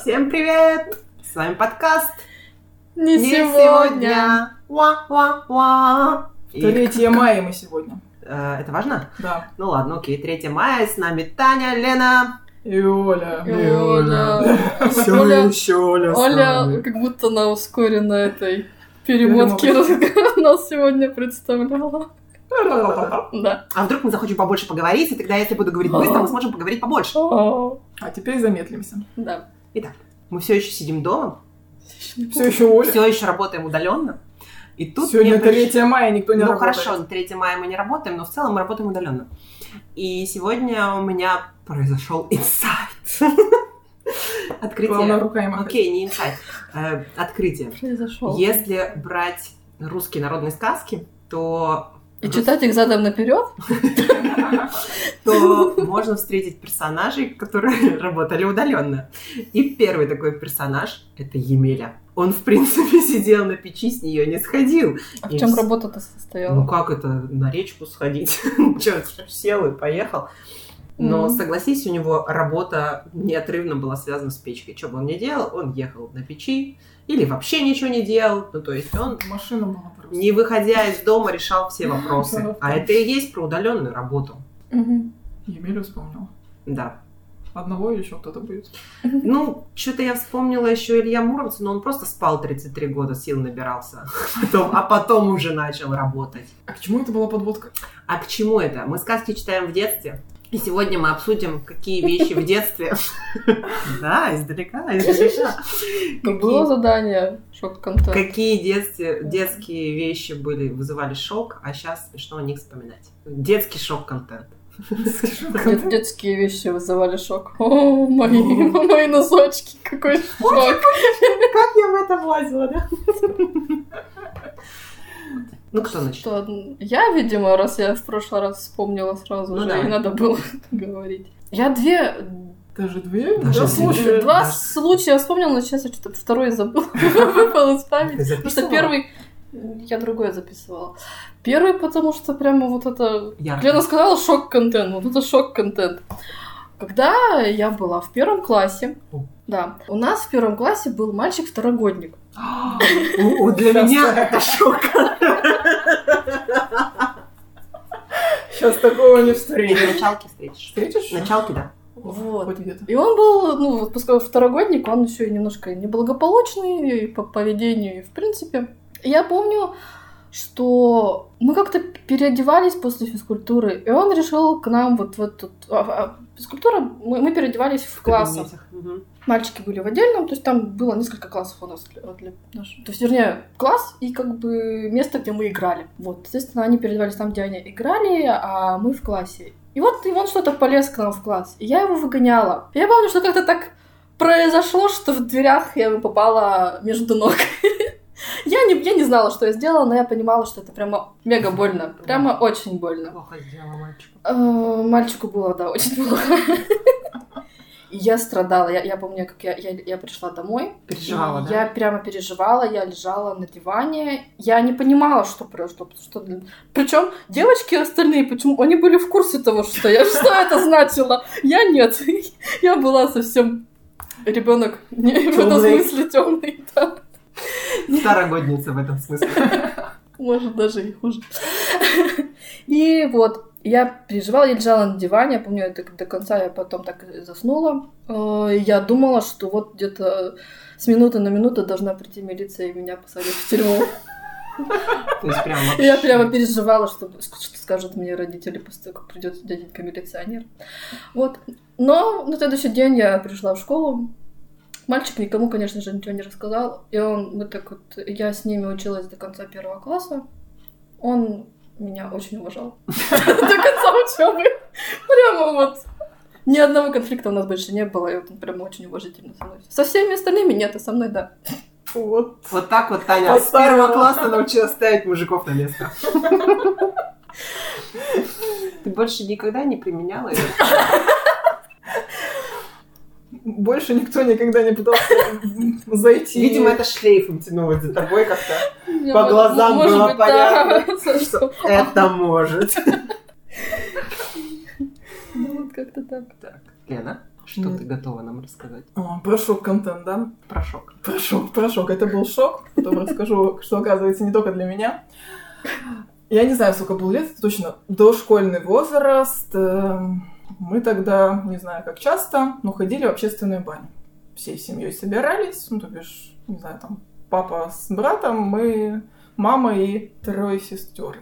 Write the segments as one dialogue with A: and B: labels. A: Всем привет! С вами подкаст
B: Не
A: «Не
B: сегодня.
A: Уа-уа-уа. И,
B: 3 мая мы сегодня.
A: э, это важно?
B: Да.
A: Ну ладно, окей, 3 мая, с нами Таня, Лена.
B: И Оля.
A: Не
C: Оля. Оля, Оля как будто на ускоренной этой перемотке разговор нас сегодня представляла.
B: А
C: Да.
A: А вдруг мы захочем побольше поговорить, и тогда, если буду говорить быстро, мы сможем поговорить побольше.
B: А теперь замедлимся.
C: Да.
A: Мы все еще сидим дома,
B: Все еще Оля.
A: все еще работаем удаленно. И тут
B: Сегодня
A: мне приш-
B: 3 мая, никто не
A: ну
B: работает.
A: хорошо, 3 мая мы не работаем, но в целом мы работаем удаленно. И сегодня у меня произошел инсайт.
B: Главное,
A: Открытие.
B: руками махать.
A: Окей, не инсайт. Э, Открытие.
C: Произошел.
A: Если брать русские народные сказки, то,
C: И читать их задом наперед?
A: то можно встретить персонажей, которые работали удаленно. И первый такой персонаж — это Емеля. Он, в принципе, сидел на печи, с нее не сходил.
C: А в
A: И
C: чем
A: вс- Ну
C: работа-то состояла?
A: как это, на речку сходить? Че, сел и поехал. Ну, Но,
C: Мгм.
A: согласись, у него работа неотрывно была связана с печкой. Что бы он ни делал, он ехал на печи или вообще ничего не делал. Ну, то есть он,
B: Машина была просто.
A: не выходя из дома, решал все вопросы. А это и есть про удаленную работу.
C: Мгм.
B: Емелю вспомнила.
A: Да.
B: Одного или еще кто-то будет.
A: Ну, что-то я вспомнила еще Илья Муромца, но он просто спал 33 года, сил набирался. Потом- а потом уже начал работать.
B: А к чему это была подводка?
A: А к чему это? Мы сказки читаем в детстве. И сегодня мы обсудим, какие вещи в детстве. Да, издалека, издалека.
C: Ну, Было задание, шок-контент.
A: Какие детстве- детские вещи были, вызывали шок, а сейчас смешно о них вспоминать. Детский шок-контент.
C: Дет- Детские вещи вызывали шок. О, мои,
A: Ну.
C: мои носочки, какой шок.
A: Как я в это влазила, да? Ну, кто начнет?
C: Что, я, видимо, раз я в прошлый раз вспомнила сразу
A: Ну
C: же,
A: да.
C: и надо было говорить. Я две,
B: Даже две?
A: Даже
B: Да,
A: две. Э,
B: слушай.
C: два
A: да.
C: случая вспомнила, но сейчас я что-то второй забыла, выпал из памяти.
A: Ты
C: Потому что
A: записывала?
C: первый... Я другое записывала. Первый, потому что прямо вот это...
A: Ярко.
C: Лена сказала шок-контент, вот это шок-контент. Когда я была в первом классе,
A: О.
C: да, у нас в первом классе был мальчик-второгодник.
B: А,
A: О, о, Для
B: Сейчас.
A: меня это шок.
B: Сейчас такого не встретишь.
A: Началки встретишь.
B: Встретишь?
A: Началки, да.
C: Вот.
B: Хоть где-то.
C: И он был, ну, вот пускай второгодник, он еще и немножко неблагополучный и по поведению, и в принципе. И Я помню, что мы как-то переодевались после физкультуры, и он решил к нам вот в этот... а, а, физкультура, мы, мы переодевались в классах.
A: Мгм.
C: Мальчики были в отдельном, то есть там было несколько классов у нас для, для наших- То есть, вернее, класс и как бы место, где мы играли. Вот, естественно, они передавались там, где они играли, а мы в классе. И вот и он что-то полез к нам в класс, и я его выгоняла. Я помню, что как-то так произошло, что в дверях я ему попала между ног. Я не, я не знала, что я сделала, но я понимала, что это прямо мега больно. Прямо очень больно.
A: Плохо сделала мальчику.
C: Э, Мальчику было, да, очень плохо. И я страдала. Я, я помню, как я, я, я пришла домой.
A: Переживала,
C: и
A: да?
C: Я прямо переживала, я лежала на диване. Я не понимала, что произошло. потому Что... Причем девочки остальные, почему они были в курсе того, что я что это значило? Я нет. Я была совсем ребенок в этом
A: Тёмный.
C: смысле темный.
A: Второгодница в этом смысле.
C: Может, даже и хуже. И вот, я переживала, я лежала на диване, я помню, это до конца я потом так и заснула. Э, Я думала, что вот где-то с минуты на минуту должна прийти милиция и меня посадить в тюрьму.
A: То есть прям вообще.
C: И Я прямо переживала, что, что скажут мне родители, после того, как придет дяденька милиционер. Вот. Но на следующий день я пришла в школу. Мальчик никому, конечно же, ничего не рассказал. И он, мы так вот, я с ними училась до конца первого класса. Он меня очень уважал. До конца учебы. Прямо вот. Ни одного конфликта у нас больше не было, и вот он прямо очень уважительно со мной. Со всеми остальными нет, а со мной да.
B: Вот.
A: Вот так вот Таня с
B: Поставила.
A: первого класса научилась ставить мужиков на место. Ты больше никогда не применяла ее?
B: Больше никто никогда не пытался зайти.
A: Видимо, это шлейфом тянулось за тобой как-то.
C: Мне
A: По
C: вот-
A: глазам
C: может
A: было
C: быть, да, что-
A: Это может.
C: Ну, вот как-то так.
A: Так, Лена, Что
B: Нет.
A: ты готова нам рассказать?
B: О, про шок-контент, да?
A: Про шок.
B: Про шок, про шок. Это был шок. Потом расскажу, что оказывается не только для меня. Я не знаю, сколько было лет, это точно дошкольный возраст. Эм, Мы тогда, не знаю, как часто, но ходили в общественную баню. Всей семьей собирались, ну, то бишь, не знаю, там, папа с братом, мы, мама и трое сестер.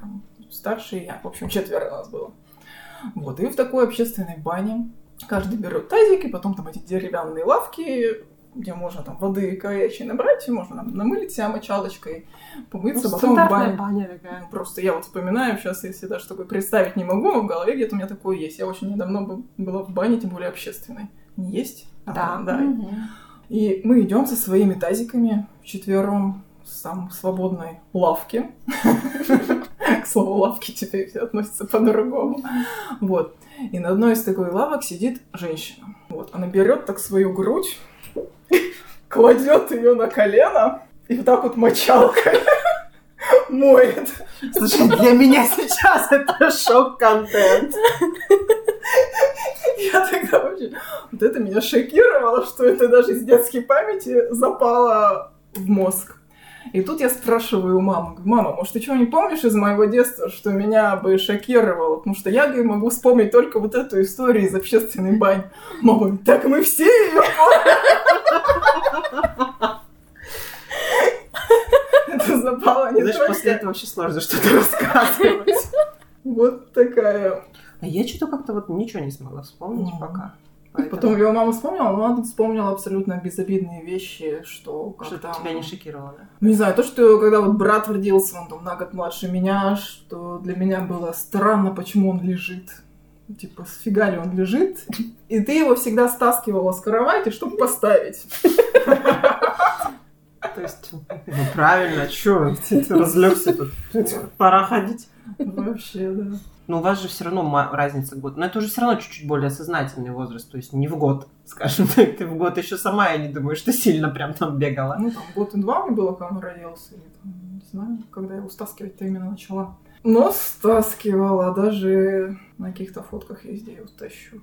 B: Старший я. В общем, четверо нас было. Вот, и в такой общественной бане каждый берет тазики, потом там эти деревянные лавки, где можно там воды горячей набрать, и можно там намылить себя мочалочкой,
A: Ну,
B: помыться,
A: Типа
B: потом в бане.
A: баня такая.
B: Э, Просто я вот вспоминаю сейчас, если даже такое представить не могу, но в голове где-то у меня такое есть. Я очень недавно бы- была в бане, тем более общественной. Не есть? А,
A: Да.
B: да.
C: Мгм.
B: И мы идем со своими тазиками вчетвером с самой свободной лавки. К слову, лавки теперь все относятся по-другому. Вот. И на одной из такой лавок сидит женщина. Вот. Она берет так свою грудь, кладет ее на колено и вот так вот мочалкой моет.
A: Слушай, для меня сейчас это шок-контент.
B: Я тогда вообще... Вот это меня шокировало, что это даже из детской памяти запало в мозг. И тут я спрашиваю у мамы, говорю, мама, может, ты чего не помнишь из моего детства, что меня бы шокировало? Потому что я говорю, могу вспомнить только вот эту историю из общественной бани. Мама говорит, так мы все ее Это запало не
A: Знаешь, после
B: только...
A: этого вообще сложно что-то рассказывать.
B: Вот такая.
A: А я что-то как-то вот ничего не смогла вспомнить
B: Мгм.
A: пока.
B: Потом
A: Поэтому
B: ее мама вспомнила, но она вспомнила абсолютно безобидные вещи, что... как
A: что-то
B: там-
A: тебя не шокировало. да?
B: Ну, не знаю, то, что когда вот брат родился, он там на год младше меня, что для меня было странно, почему он лежит. Типа, сфига ли он лежит? И ты его всегда стаскивала с кровати, чтобы поставить.
A: То есть, ну правильно, чё, разлегся тут, пора ходить.
B: Вообще, да.
A: Но Ну, у вас же все равно ма- разница год. Но это уже все равно чуть-чуть более сознательный возраст, то есть не в год, скажем так. Ты в год еще сама, я не думаю, что сильно прям там бегала.
B: Ну, там, год и два мне было, когда он родился. или там, не знаю, когда я его стаскивать-то именно начала. Но стаскивала, даже на каких-то фотках везде его тащу.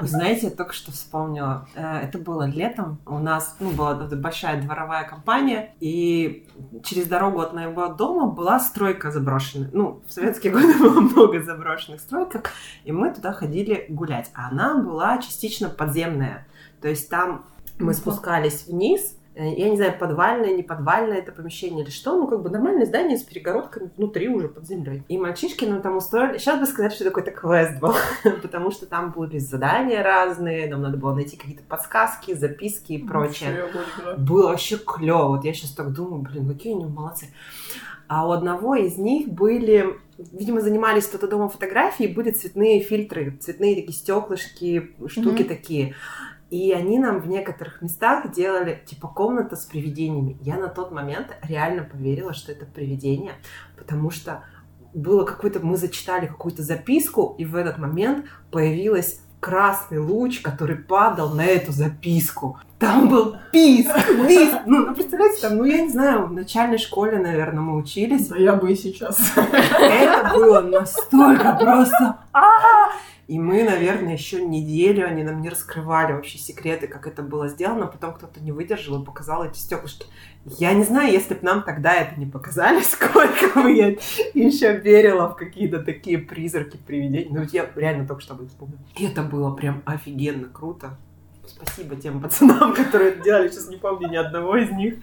A: Вы знаете, я только что вспомнила, э, это было летом, у нас ну, была вот эта большая дворовая компания, и через дорогу от моего дома была стройка заброшенная. Ну, в советские годы было много заброшенных стройках, и мы туда ходили гулять. А она была частично подземная, то есть там мы
B: Мгм.
A: спускались вниз, э, я не знаю, подвальное, не подвальное это помещение или что, ну, как бы нормальное здание с перегородками внутри уже под землей. И мальчишки нам там устроили, сейчас бы сказать, что такой-то квест был, потому что там были задания разные, нам надо было найти какие-то подсказки, записки и прочее
B: Вообще, я говорю, да.
A: было вообще клево. Вот я сейчас так думаю, блин, ну какие они молодцы. А у одного из них были, видимо, занимались кто-то дома фотографией, были цветные фильтры, цветные такие стеклышки, штуки
C: Мгм.
A: такие. И они нам в некоторых местах делали, типа, комната с привидениями. Я на тот момент реально поверила, что это привидение, потому что было какое-то, мы зачитали какую-то записку, и в этот момент появилась красный луч, который падал на эту записку. Там был писк, виск. Ну, ну, представляете, там, ну, я не знаю, в начальной школе, наверное, мы учились.
B: Да я бы и сейчас.
A: Это было настолько просто... а! И мы, наверное, еще неделю они нам не раскрывали вообще секреты, как это было сделано. Потом кто-то не выдержал и показал эти стеклышки. Я не знаю, если бы нам тогда это не показали, сколько бы я еще верила в какие-то такие призраки, привидения. Ну, я реально только что об этом вспомнила. И это было прям офигенно круто. Спасибо тем пацанам, которые это делали. Сейчас не помню ни одного из них.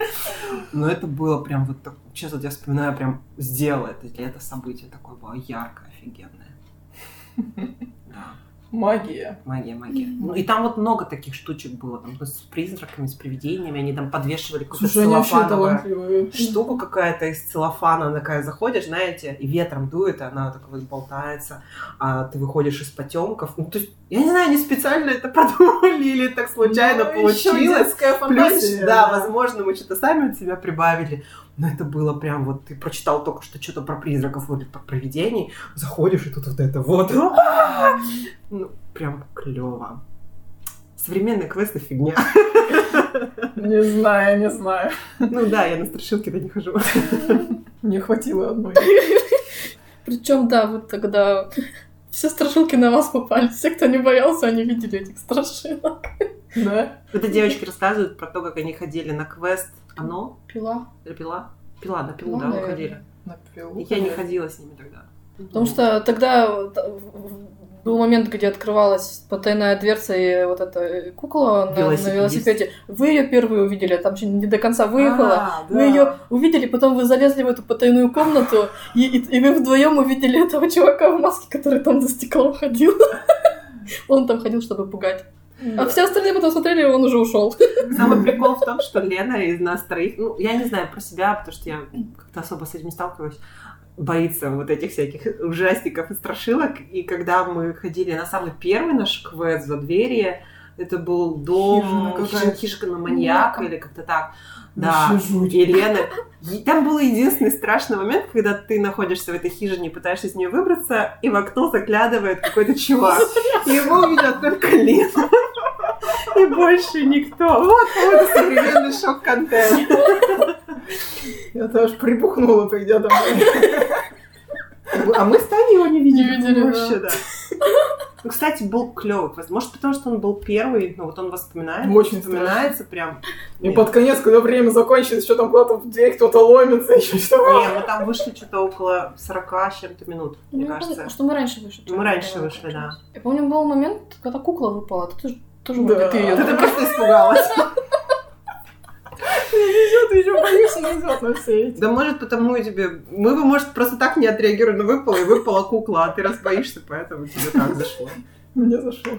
A: Но это было прям вот так... Сейчас вот я вспоминаю, прям сделала это. Это событие такое было яркое, офигенное. Да.
B: Магия.
A: Магия, магия. Ну и там вот много таких штучек было, там ну, с призраками, с привидениями, они там подвешивали какую-то
B: Слушай, они вообще
A: целлофановую
B: талантливые.
A: штуку какая-то из целлофана, она такая заходишь, знаете, и ветром дует, и она так вот болтается, а ты выходишь из потемков. Ну, то есть, я не знаю, они специально это продумали или так случайно
B: Ну, ещё
A: получилось.
B: детская
A: Плюс,
B: фантазия.
A: да, возможно, мы что-то сами от себя прибавили, но это было прям вот, ты прочитал только что что-то про призраков или про провидений, заходишь, и тут вот это вот. Ну, прям клево. Современные квесты фигня.
B: Не знаю, не знаю.
A: Ну да, я на страшилки-то не хожу.
B: Не хватило одной.
C: Причем, да, вот тогда Все страшилки на вас попали. Все, кто не боялся, они видели этих страшилок.
B: Да?
A: Это девочки рассказывают про то, как они ходили на квест. Оно?
C: Пила.
A: Или пила? Пила, на пилу,
C: Ну,
A: да, мы
C: наверное.
A: ходили.
B: На пилу.
A: И Я не ходила с ними тогда.
C: Потому что тогда т- в- был момент, где открывалась потайная дверца и вот эта э, кукла на- на,
A: Велосипедист.
C: велосипеде. Вы ее первые увидели, там еще не до конца
B: А,
C: выехала. Вы ее увидели, потом вы залезли в эту потайную комнату, и, и- и вы вдвоем увидели этого чувака в маске, который там за стеклом ходил. Он там ходил, чтобы пугать. А все остальные потом смотрели, и он уже ушел.
A: Самый прикол в том, что Лена из нас троих, ну, я не знаю про себя, потому что я как-то особо с этим не сталкиваюсь, боится вот этих всяких ужастиков и страшилок. И когда мы ходили на самый первый наш квест в Задверье, это был дом,
B: Хижина
A: хижина,
B: какая-то.
A: хижка на маньяка или как-то так. Да.
B: Вообще жуть.
A: И Лена... и Там был единственный страшный момент, когда ты находишься в этой хижине, пытаешься из нее выбраться, и в окно заглядывает какой-то чувак. И его увидят только Лена. И больше никто. Вот, вот современный шок-контент.
B: Я тоже прибухнула, придя домой.
A: А мы с Таней его не видели.
C: Не видели,
A: вообще, да. Ну, кстати, был клевый. Может, потому что он был первый, но вот он воспоминает.
B: Очень
A: вспоминается прям.
B: И
A: Нет.
B: под конец, когда время закончилось, что там куда-то в дверь кто-то ломится, еще что-то.
A: Не, мы там вышли что-то около 40 с чем-то минут, мне кажется.
C: Ну, что мы раньше вышли.
A: Мы раньше вышли, да.
C: Я помню, был момент, когда кукла выпала. Ты тоже- тоже
B: Да.
C: вроде ты её
A: Вот Это просто испугалась.
B: Везет, еще конечно, везет на все эти.
A: Да может потому и тебе... Мы бы, может, просто так не отреагируем, но выпала и выпала кукла, а ты раз боишься, поэтому тебе так зашло.
B: Мне зашло.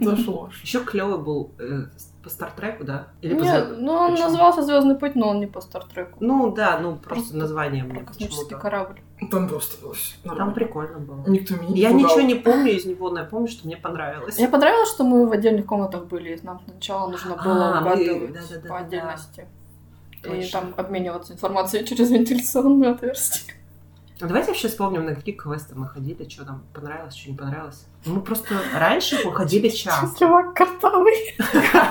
B: Зашло.
A: Еще клевый был э, по Стартреку, да? Или по
C: Нет,
A: Зв-
C: ну он
A: почему?
C: назывался Звездный путь, но он не по Стартреку.
A: Ну да, ну просто
C: Просто
A: название мне
C: Про космический
A: почему-то.
C: корабль.
B: Там просто было все.
A: Там прикольно было.
B: Никто меня
C: Ну,
B: не
A: Я
B: пугал.
A: ничего не помню из него, но я помню, что мне понравилось.
C: Мне понравилось, что мы в отдельных комнатах были. и Нам сначала нужно было
A: А, мы-
C: угадывать
A: да-да-да-да-да.
C: по отдельности. И
A: Точно.
C: там обмениваться информацией через вентиляционные отверстия.
A: А Давайте вообще вспомним, на какие квесты мы ходили, что там понравилось, что не понравилось. Мы просто раньше мы ходили час.
C: Чувак картавый. Причем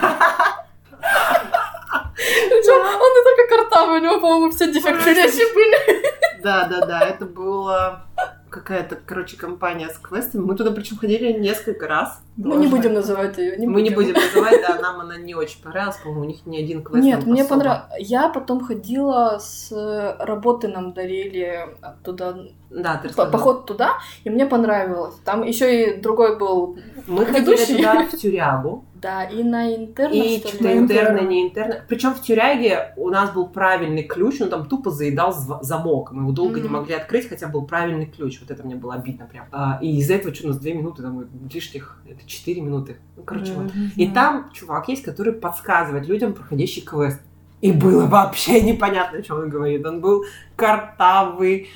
C: он не только картавый, у него, по-моему, все дефекты речи были.
A: Да, да, да, это была какая-то, короче, компания с квестами. Мы туда причем ходили несколько раз.
C: Мы Ну, не будем называть ее.
A: Мы не будем называть, да, нам она не очень понравилась, по-моему, у них ни один квест
C: Нет,
A: нам
C: мне
A: особо.
C: понравилось. Я потом ходила с э, работы нам дарили туда,
A: Да, А ты
C: по-
A: рассказала.
C: поход туда, и мне понравилось. Там еще и другой был,
A: Мы ходили
C: Ведущий.
A: туда в тюрягу,
C: да, и на интернет,
A: и
C: что
A: что-то
C: ли.
A: интерны, не интерны. Причем в тюряге у нас был правильный ключ, но там тупо заедал зв- замок. Мы его долго не
C: Мгм.
A: могли открыть, хотя был правильный ключ. Вот это мне было обидно прям. А, и из-за этого что у нас две минуты, там лишних, это четыре минуты. Ну, короче, вот. И там чувак есть, который подсказывает людям проходящий квест. И было вообще непонятно, о чем он говорит. Он был картавый,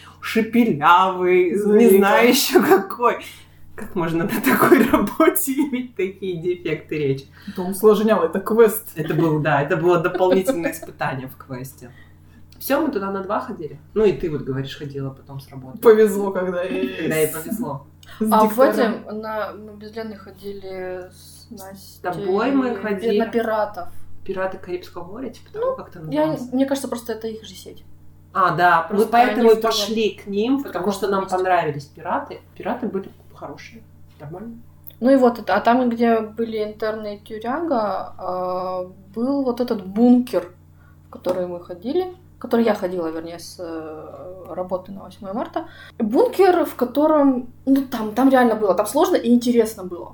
A: шепелявый, не
B: Зверь, да.
A: знаю еще какой. Как можно на такой работе иметь такие дефекты речи?
B: Это усложняло, это квест.
A: Это было, да, это было дополнительное испытание в квесте. Все, мы туда на два ходили. Ну и ты вот говоришь, ходила потом с работы.
B: Повезло, когда и...
A: Когда ей повезло.
B: с
C: А в
B: диктором.
C: этом на, мы без Лены ходили с Настей.
A: тобой мы
C: пи-
A: ходили.
C: На пиратов.
A: Пираты Карибского моря, типа того, как-то
C: Я,
A: называлось.
C: мне кажется, просто это их же сеть.
A: А, да,
C: Просто
A: мы поэтому
C: они
A: и
C: в другом-
A: пошли к ним, потому
C: другом
A: что нам
C: месте.
A: понравились пираты. Пираты были хорошие, нормально.
C: Ну и вот это. А там, где были интерны и тюряга, а, был вот этот бункер, в который мы ходили, в который я ходила, вернее, с э, работы на 8 марта. Бункер, в котором, ну там, там реально было, там сложно и интересно было.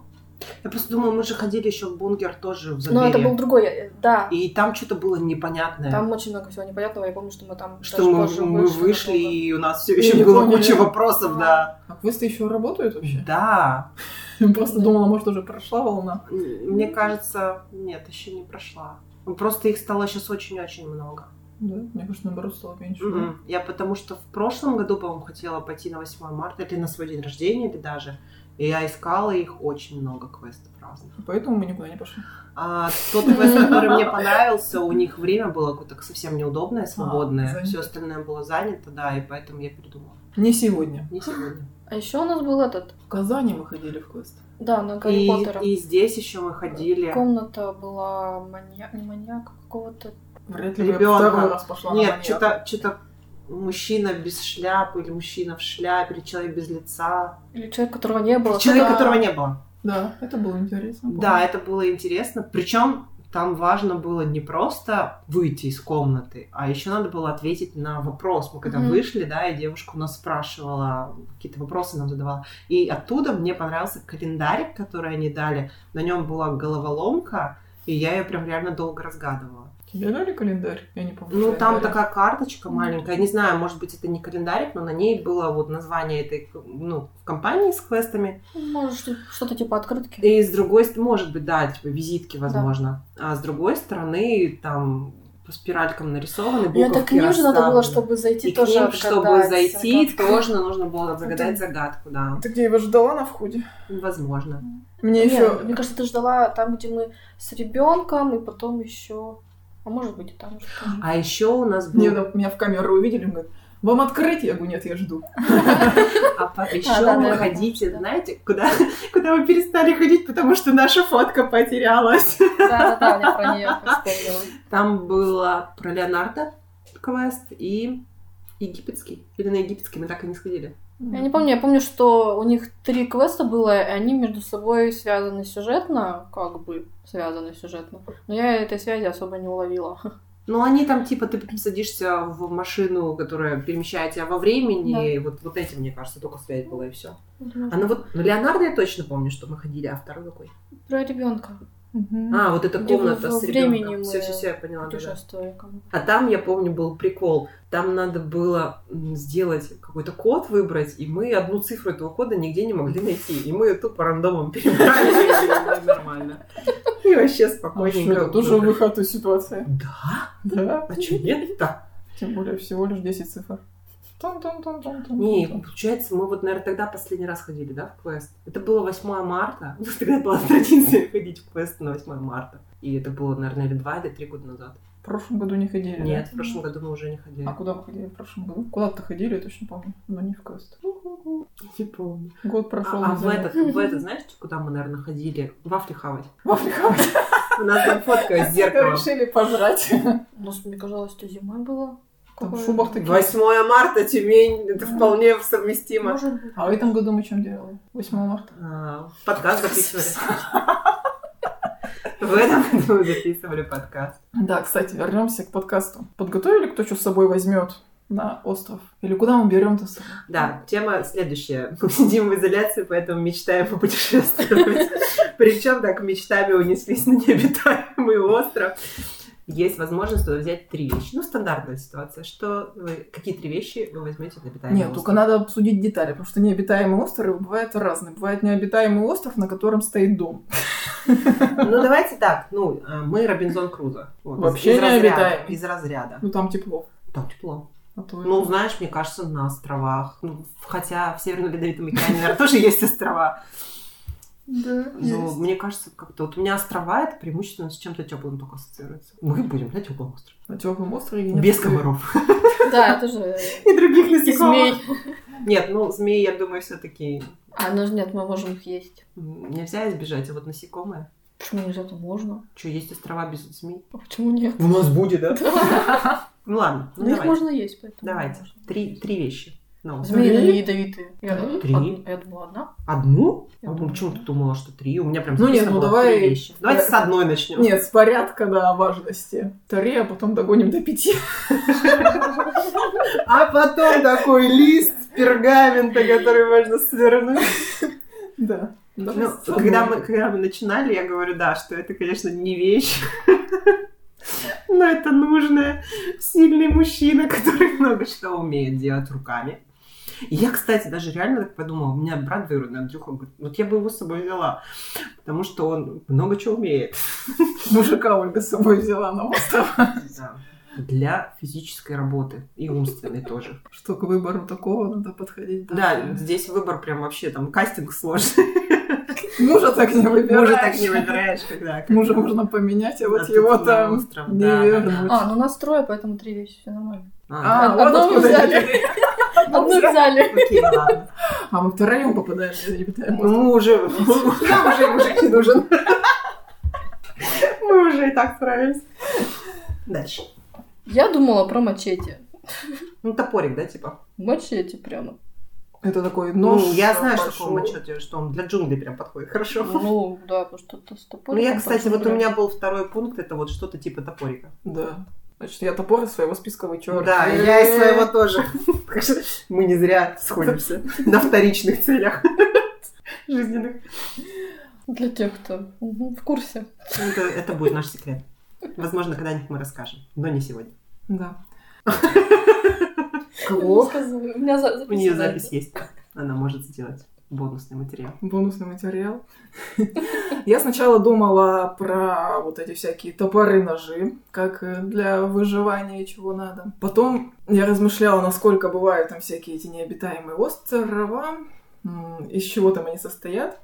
A: Я просто думаю, мы же ходили еще в бункер тоже в
C: Но это
A: Забере.
C: был другой, э, да.
A: И там что-то было непонятное.
C: Там очень много всего непонятного. Я помню, что мы там
A: что
C: даже
A: мы,
C: позже
A: мы вышли,
C: намного.
A: и у нас все
B: И
A: еще
B: не
A: было
B: поняли.
A: куча вопросов, да.
B: А квесты еще работают вообще?
A: Да.
B: Я Просто думала, может, уже прошла волна.
A: Мне кажется, нет, еще не прошла. Ну, Просто их стало сейчас очень-очень много.
B: Да, мне кажется, наоборот, стало меньше.
A: Мгм. Ну, Я потому что в прошлом году, по-моему, хотела пойти на 8 марта, или на свой день рождения, или даже. И я искала их очень много квестов разных.
B: Поэтому мы никуда не пошли.
A: А тот квест, который мне понравился, у них время было какое-то совсем неудобное, свободное.
B: занято.
A: Все остальное было занято, да, и поэтому я передумала.
B: Не сегодня.
A: Не сегодня.
C: А еще у нас был этот,
B: В Казани мы ходили в квест.
C: да, на Гарри
A: И,
C: Поттера.
A: и здесь еще мы ходили.
C: Комната была маньяк, не маньяка, какого-то
B: Вряд ли бы я
A: Ребенка.
B: второй раз пошла на
A: Нет,
B: маньяка.
A: что-то мужчина без шляпы или мужчина в шляпе, или человек без лица.
C: Или человек, которого не было.
A: Человек,
B: да.
A: которого не было.
B: Да, это было интересно. помню.
A: Да, это было интересно. Причем там важно было не просто выйти из комнаты, а еще надо было ответить на вопрос. Мы когда
C: Мгм.
A: вышли, да, и девушка у нас спрашивала, какие-то вопросы нам задавала. И оттуда мне понравился календарик, который они дали. На нем была головоломка, и я ее прям реально долго разгадывала.
B: Тебе дали календарь? Я не помню.
A: Ну,
B: что
A: там
B: я дали.
A: такая карточка
B: Мгм.
A: маленькая. Не знаю, может быть, это не календарик, но на ней было вот название этой ну, компании с квестами.
C: Может, что- что-то типа открытки.
A: И с другой ст- может быть, да, типа визитки, возможно. А с другой стороны, там по спиралькам нарисованы
C: Ну,
A: буковки
C: это к ним же надо было,
A: расставлены.
C: чтобы зайти
A: и к
C: тоже
A: ним, чтобы
C: отгадать
A: зайти,
C: загадку.
A: тоже нужно было загадать загадку, да.
B: Ты где его ждала на входе?
A: Возможно.
B: Мне
C: Нет,
B: еще...
C: Мне кажется, ты ждала там, где мы с ребенком, и потом еще. А может быть, и там уже тоже.
A: А еще у нас был...
B: Не, ну, меня в камеру увидели, он говорит, вам открыть? Я говорю, нет, я жду.
A: А по- еще
C: ну, да,
A: вы
C: наверное,
A: ходите,
C: да.
A: знаете, куда, куда вы перестали ходить, потому что наша фотка потерялась.
C: Да, да, да, я про нее вспомнила.
A: Там было про Леонардо квест и египетский. Или на египетский мы так и не сходили.
C: Я не помню, я помню, что у них три квеста было, и они между собой связаны сюжетно, как бы связаны сюжетно. Но я этой связи особо не уловила.
A: Ну, они там, типа, ты садишься в машину, которая перемещает тебя во времени,
C: Да.
A: и вот, вот эти, мне кажется, только связь была, и все. А ну вот, ну, Леонардо я точно помню, что мы ходили, а второй какой?
C: Про ребенка
B: Мгм.
A: А, вот эта
C: Где
A: комната
C: во
A: с
C: времени
A: ребенком.
C: мы
A: Все-все-все, я поняла, да, да.
C: путешествовали. как бы.
A: А там, я помню, был прикол. Там надо было м, сделать какой-то код выбрать, и мы одну цифру этого кода нигде не могли найти. И мы тупо рандомом перебрали. и Нормально. И вообще
B: А что,
A: спокойненько.
B: это тоже выход из ситуации.
A: Да?
B: Да.
A: А что нет-то?
B: Тем более всего лишь 10 цифр. Тон-тон-тон-тон-тон.
A: Не, получается, мы вот, наверное, тогда последний раз ходили, да, в квест. Это было 8 марта. У нас тогда была традиция ходить в квест на 8 марта. И это было, наверное, или два, или три года назад.
B: В прошлом году не ходили, да?
A: Нет, в прошлом году мы уже не ходили.
B: А куда вы ходили в прошлом году? Куда-то ходили, я точно помню, но не в квест.
A: Не помню.
B: Год прошел.
A: А, а
B: не
A: в
B: знаю.
A: этот, в этот, знаешь, куда мы, наверное, ходили? Вафли хавать.
B: В Африке.
A: У нас там фотка с зеркалом.
B: решили пожрать.
C: У нас, мне казалось, что зимой было.
B: Там в
C: Какое-
B: шубах такие.
A: 8 марта, Тюмень, это вполне совместимо.
C: Может быть.
B: А в этом году мы чем делали? 8 марта.
A: А, Подкаст записывали. В этом году записывали подкаст.
B: Да, кстати, вернемся к подкасту. Подготовили, кто что с собой возьмет на остров? Или куда мы берем-то с собой?
A: Да, тема следующая. Мы сидим в изоляции, поэтому мечтаем попутешествовать. Причем так мечтами унеслись на необитаемый остров. Есть возможность туда взять три вещи. Ну, стандартная ситуация. Что вы, какие три вещи вы возьмете на обитаемый
B: Нет, только
A: остров?
B: надо обсудить детали, потому что необитаемые островы бывают разные. Бывает необитаемый остров, на котором стоит дом.
A: Ну, давайте так. Ну, а, мы Робинзон Крузо. Вот, из-
B: Вообще
A: из разряда.
B: необитаемый.
A: Из разряда.
B: Ну там тепло.
A: Там тепло.
B: А то
A: Ну, знаешь, мне кажется, на островах. Ну, хотя в Северном Ледовитом океане, наверное, тоже есть острова.
B: Да,
A: Но
B: есть.
A: мне кажется, как-то вот у меня острова это преимущественно с чем-то теплым только ассоциируется. Мы будем на теплом острове.
B: На теплом острове нет
A: Без
B: воды.
A: комаров.
C: Да, это же
A: И других
C: и змей.
A: Нет, ну змеи, я думаю, все-таки
C: А, ну нет, мы можем их есть.
A: нельзя избежать, а вот насекомые.
C: Почему нельзя, то можно.
A: Что, есть острова без змей?
C: А почему нет?
A: У нас будет, да? Ну ладно, ну
C: Ну, их
A: давайте.
C: можно есть, поэтому.
A: Давайте.
C: можно.
A: Три, три вещи. Ну,
C: Змеи
B: Три?
C: не ядовитые. Я, ну,
A: Три.
C: од- я думала, одна.
A: одну?
C: Я
A: А, ну,
C: думаю,
A: Почему
C: да.
A: ты думала, что три? У меня прям
B: Ну нет,
A: записано
B: ну
A: было
B: давай-
A: три вещи. Давайте
B: я-
A: с одной начнем.
B: Нет, с порядка, да, важности. Три, а потом догоним до пяти.
A: А потом такой лист пергамента, который можно свернуть.
B: Да.
A: Ну, когда мы, когда мы начинали, я говорю, да, что это, конечно, не вещь, но это нужно. Сильный мужчина, который много что умеет делать руками. И я, кстати, даже реально так подумала, у меня брат двоюродный, Андрюха, говорит, вот я бы его с собой взяла, потому что он много чего умеет.
B: Мужика Ольга с собой взяла на остров.
A: Да. Для физической работы и умственной тоже.
B: Что к выбору такого надо подходить.
A: Да, здесь выбор прям вообще, там, кастинг сложный.
B: Мужа так не выбираешь.
A: Мужа так не выбираешь, когда... как-
B: Мужа можно поменять, а вот
A: Да,
B: его
A: тут на
B: там
A: остров,
B: не
A: да, да, да.
B: вернуть.
C: А, ну у нас трое, поэтому три вещи, все нормально.
A: А,
B: А, вот
C: Одну мы
B: откуда
C: взяли.
B: это.
C: Одну взяли.
A: окей, ладно.
B: А мы втроем попадаем в необитаемый остров.
A: Ну, мы уже... Нам уже мужик не нужен. Мы уже и так справились. Дальше.
C: Я думала про мачете.
A: Ну, топорик, да, типа?
C: Мачете прямо.
B: Это такой нож.
A: ну, я знаю, что
B: большой.
A: такое мачете, что он для джунглей прям подходит хорошо.
C: Ну, да, потому что это с
A: Ну,
C: топориком
A: я, кстати,
C: большим
A: вот у
C: прям.
A: меня был второй пункт, это вот что-то типа топорика.
B: Да. Значит, я топор из своего списка вычеркиваю.
A: Да, и я из своего тоже. Так что Мы не зря сходимся на вторичных целях жизненных.
C: Для тех, кто мгм, в курсе.
A: Ну, Это, это будет наш секрет. Возможно, когда-нибудь мы расскажем, но не сегодня.
B: Да.
C: Я не сказала. У меня за-
A: У нее
C: записано.
A: запись есть. Она может сделать бонусный материал.
B: Бонусный материал. Я сначала думала про вот эти всякие топоры, ножи, как э, для выживания и чего надо. Потом я размышляла, насколько бывают там всякие эти необитаемые острова, м, из чего там они состоят,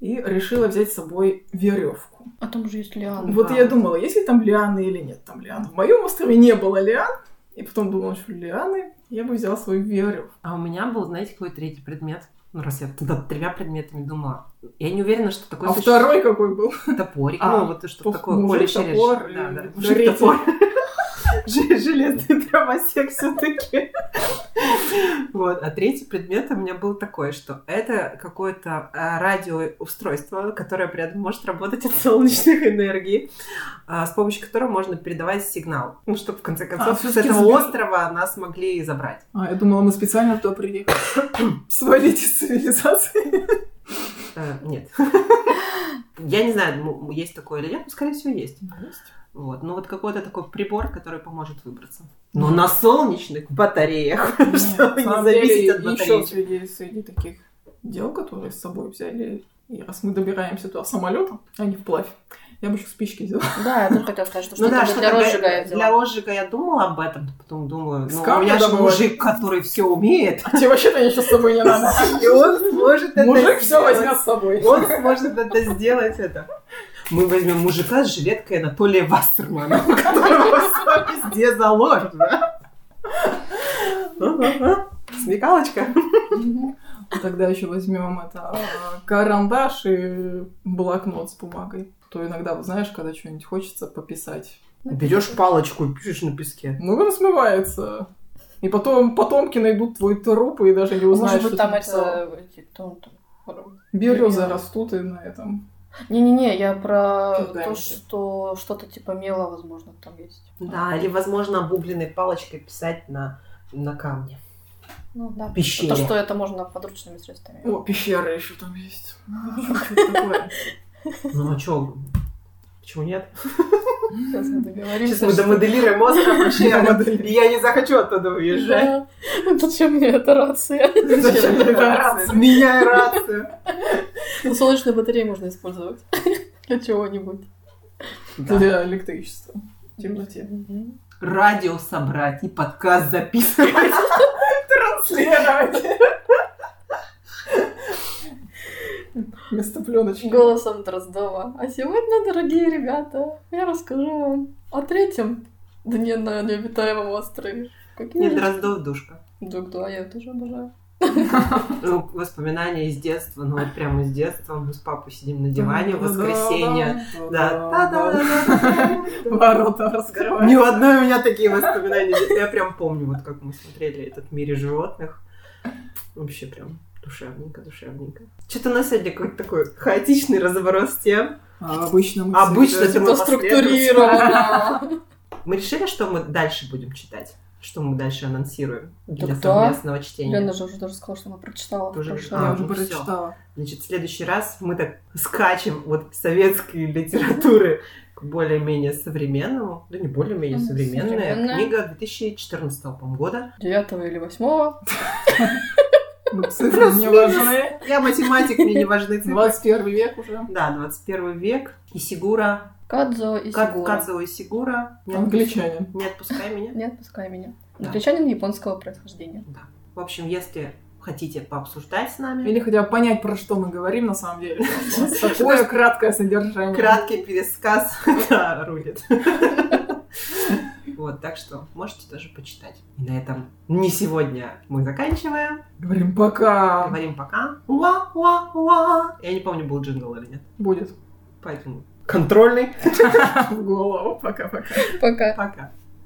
B: и решила взять с собой веревку.
C: А там же есть лианы.
B: Вот я думала, есть ли там лианы или нет там лиан. В моем острове не было лиан, и потом думала, что лианы, я бы взяла свою веревку.
A: А у меня был, знаете, какой третий предмет? Ну, раз я тогда тремя предметами думала. Я не уверена, что такой
B: А второй какой был?
A: топорик.
B: А,
A: ну, вот что
B: пуф,
A: такое
B: мужик,
A: колющий реж-
B: топор,
A: Да, да.
B: э,
A: Мужик,
B: речь.
A: топор.
B: Ж- Железный дровосек все-таки.
A: Вот. А третий предмет у меня был такой, что это какое-то а, радиоустройство, которое при этом может работать от солнечных энергий, а, с помощью которого можно передавать сигнал. Ну, чтобы в конце концов с
B: А, всё-таки
A: этого
B: сбил.
A: острова нас могли забрать.
B: А, я думала, мы специально туда приехали. Свалить из цивилизации.
A: Э, нет. Я не знаю, м- есть такое или нет, но, скорее всего, есть. Вот. Ну, вот какой-то такой прибор, который поможет выбраться. Но на солнечных батареях, чтобы не зависеть от
B: Еще
A: батареи.
B: среди, среди таких дел, которые с собой взяли, и раз мы добираемся туда самолетом, а не вплавь, я бы еще спички взяла.
C: Да, я тоже хотела сказать, что
A: Ну да,
C: что-то
A: что
C: для розжига я
A: для
C: взяла.
A: розжига я думала об этом, но потом думаю, ну, у
B: Скарб
A: меня же
B: добывать.
A: мужик, который все умеет,
B: А тебе вообще-то ничего с собой не надо.
A: и он сможет это
B: Мужик все
A: сделать.
B: возьмет с собой.
A: Он сможет это сделать, это. Мы возьмем мужика с жилеткой Анатолия Вассермана, у которого все везде заложено. Ага. Смекалочка.
C: Мгм.
B: Тогда еще возьмем это э, карандаш и блокнот с бумагой. То иногда, вот знаешь, когда что-нибудь хочется пописать.
A: Берешь палочку и пишешь на песке.
B: Ну, он смывается. И потом потомки найдут твой труп и даже не
C: А Может
B: узнают, что
C: быть, там
B: ты писал.
C: это... эти, там- там-
B: Березы
C: берёза.
B: растут и на этом.
C: Не-не-не, я про
B: Фундамент.
C: то, что что-то типа мела, возможно, там есть.
A: Да, или, возможно, обугленной палочкой писать на, на камне.
C: Ну да.
A: Пещере.
C: То, что это можно подручными средствами.
B: О, пещера еще там есть. Что-то такое.
A: Ну а чё? Почему нет?
C: Сейчас мы договоримся.
A: Сейчас мы
C: что-
A: домоделируем остров вообще.
B: Домоделируем.
A: И я не захочу оттуда уезжать.
C: Да. Ну, Зачем мне эта рация?
B: Зачем мне эта рация?
A: Меняй рацию.
C: Ну, Солнечные батареи можно использовать для чего-нибудь.
B: Для электричества. В темноте.
C: Мгм.
A: Радио собрать и подкаст записывать.
B: Транслировать. Вместо пленочки.
C: Голосом Дроздова. А сегодня, дорогие ребята, я расскажу вам о третьем дне на необитаемом острове. Какие
A: Нет,
C: же-
A: Дроздов душка.
C: Друг два я тоже обожаю.
A: Ну, воспоминания из детства, ну вот прямо из детства. Мы с папой сидим на диване в воскресенье. Да. Та-да-да-да.
B: Ворота раскрывают.
A: Ни у одной у меня такие воспоминания. нет. Я прям помню, вот как мы смотрели этот в мире животных. Вообще прям душевненько, душевненько. Что-то у нас сегодня какой-то такой хаотичный разворот с тем.
B: а обычно мы
A: Обычно
B: всегда-
A: ты
C: Это
A: мы
C: структурировано.
A: Мы решили, что мы дальше будем читать. Что мы дальше анонсируем для
C: Так да.
A: совместного чтения.
C: Лена же уже даже сказала, что она прочитала.
A: Тоже
C: Хорошо.
A: А,
B: Я уже
A: ну всё.
B: прочитала.
A: Значит, в следующий раз мы так скачем от советской литературы к более-менее современному, да не более-менее
C: Мгм,
A: современная
C: современная.
A: книга 2014 по-моему, года.
C: Девятого или восьмого.
B: Ну, Цифры мне важны.
A: Я математик, мне не важны цифры.
B: 21 век уже.
A: Да, 21 век. Исигура.
C: Кадзо и
A: Как
C: Сигура.
A: Кадзо Исигура. Не, отпу-
B: Англичанин.
A: не отпускай меня.
C: Не отпускай меня.
A: Да.
C: Англичанин японского происхождения.
A: В общем, если хотите пообсуждать с нами,
B: Или хотя бы понять, про что мы говорим на самом деле. потому что у нас Такое краткое содержание.
A: краткий пересказ да, рулит. Вот, так что можете тоже почитать. И на этом не сегодня мы заканчиваем.
B: Говорим пока.
A: Говорим пока. Уа, уа, уа. Я не помню, был джингл или нет.
B: Будет
A: Поэтому контрольный.
B: в голову. Пока-пока.
C: Пока.
A: Пока.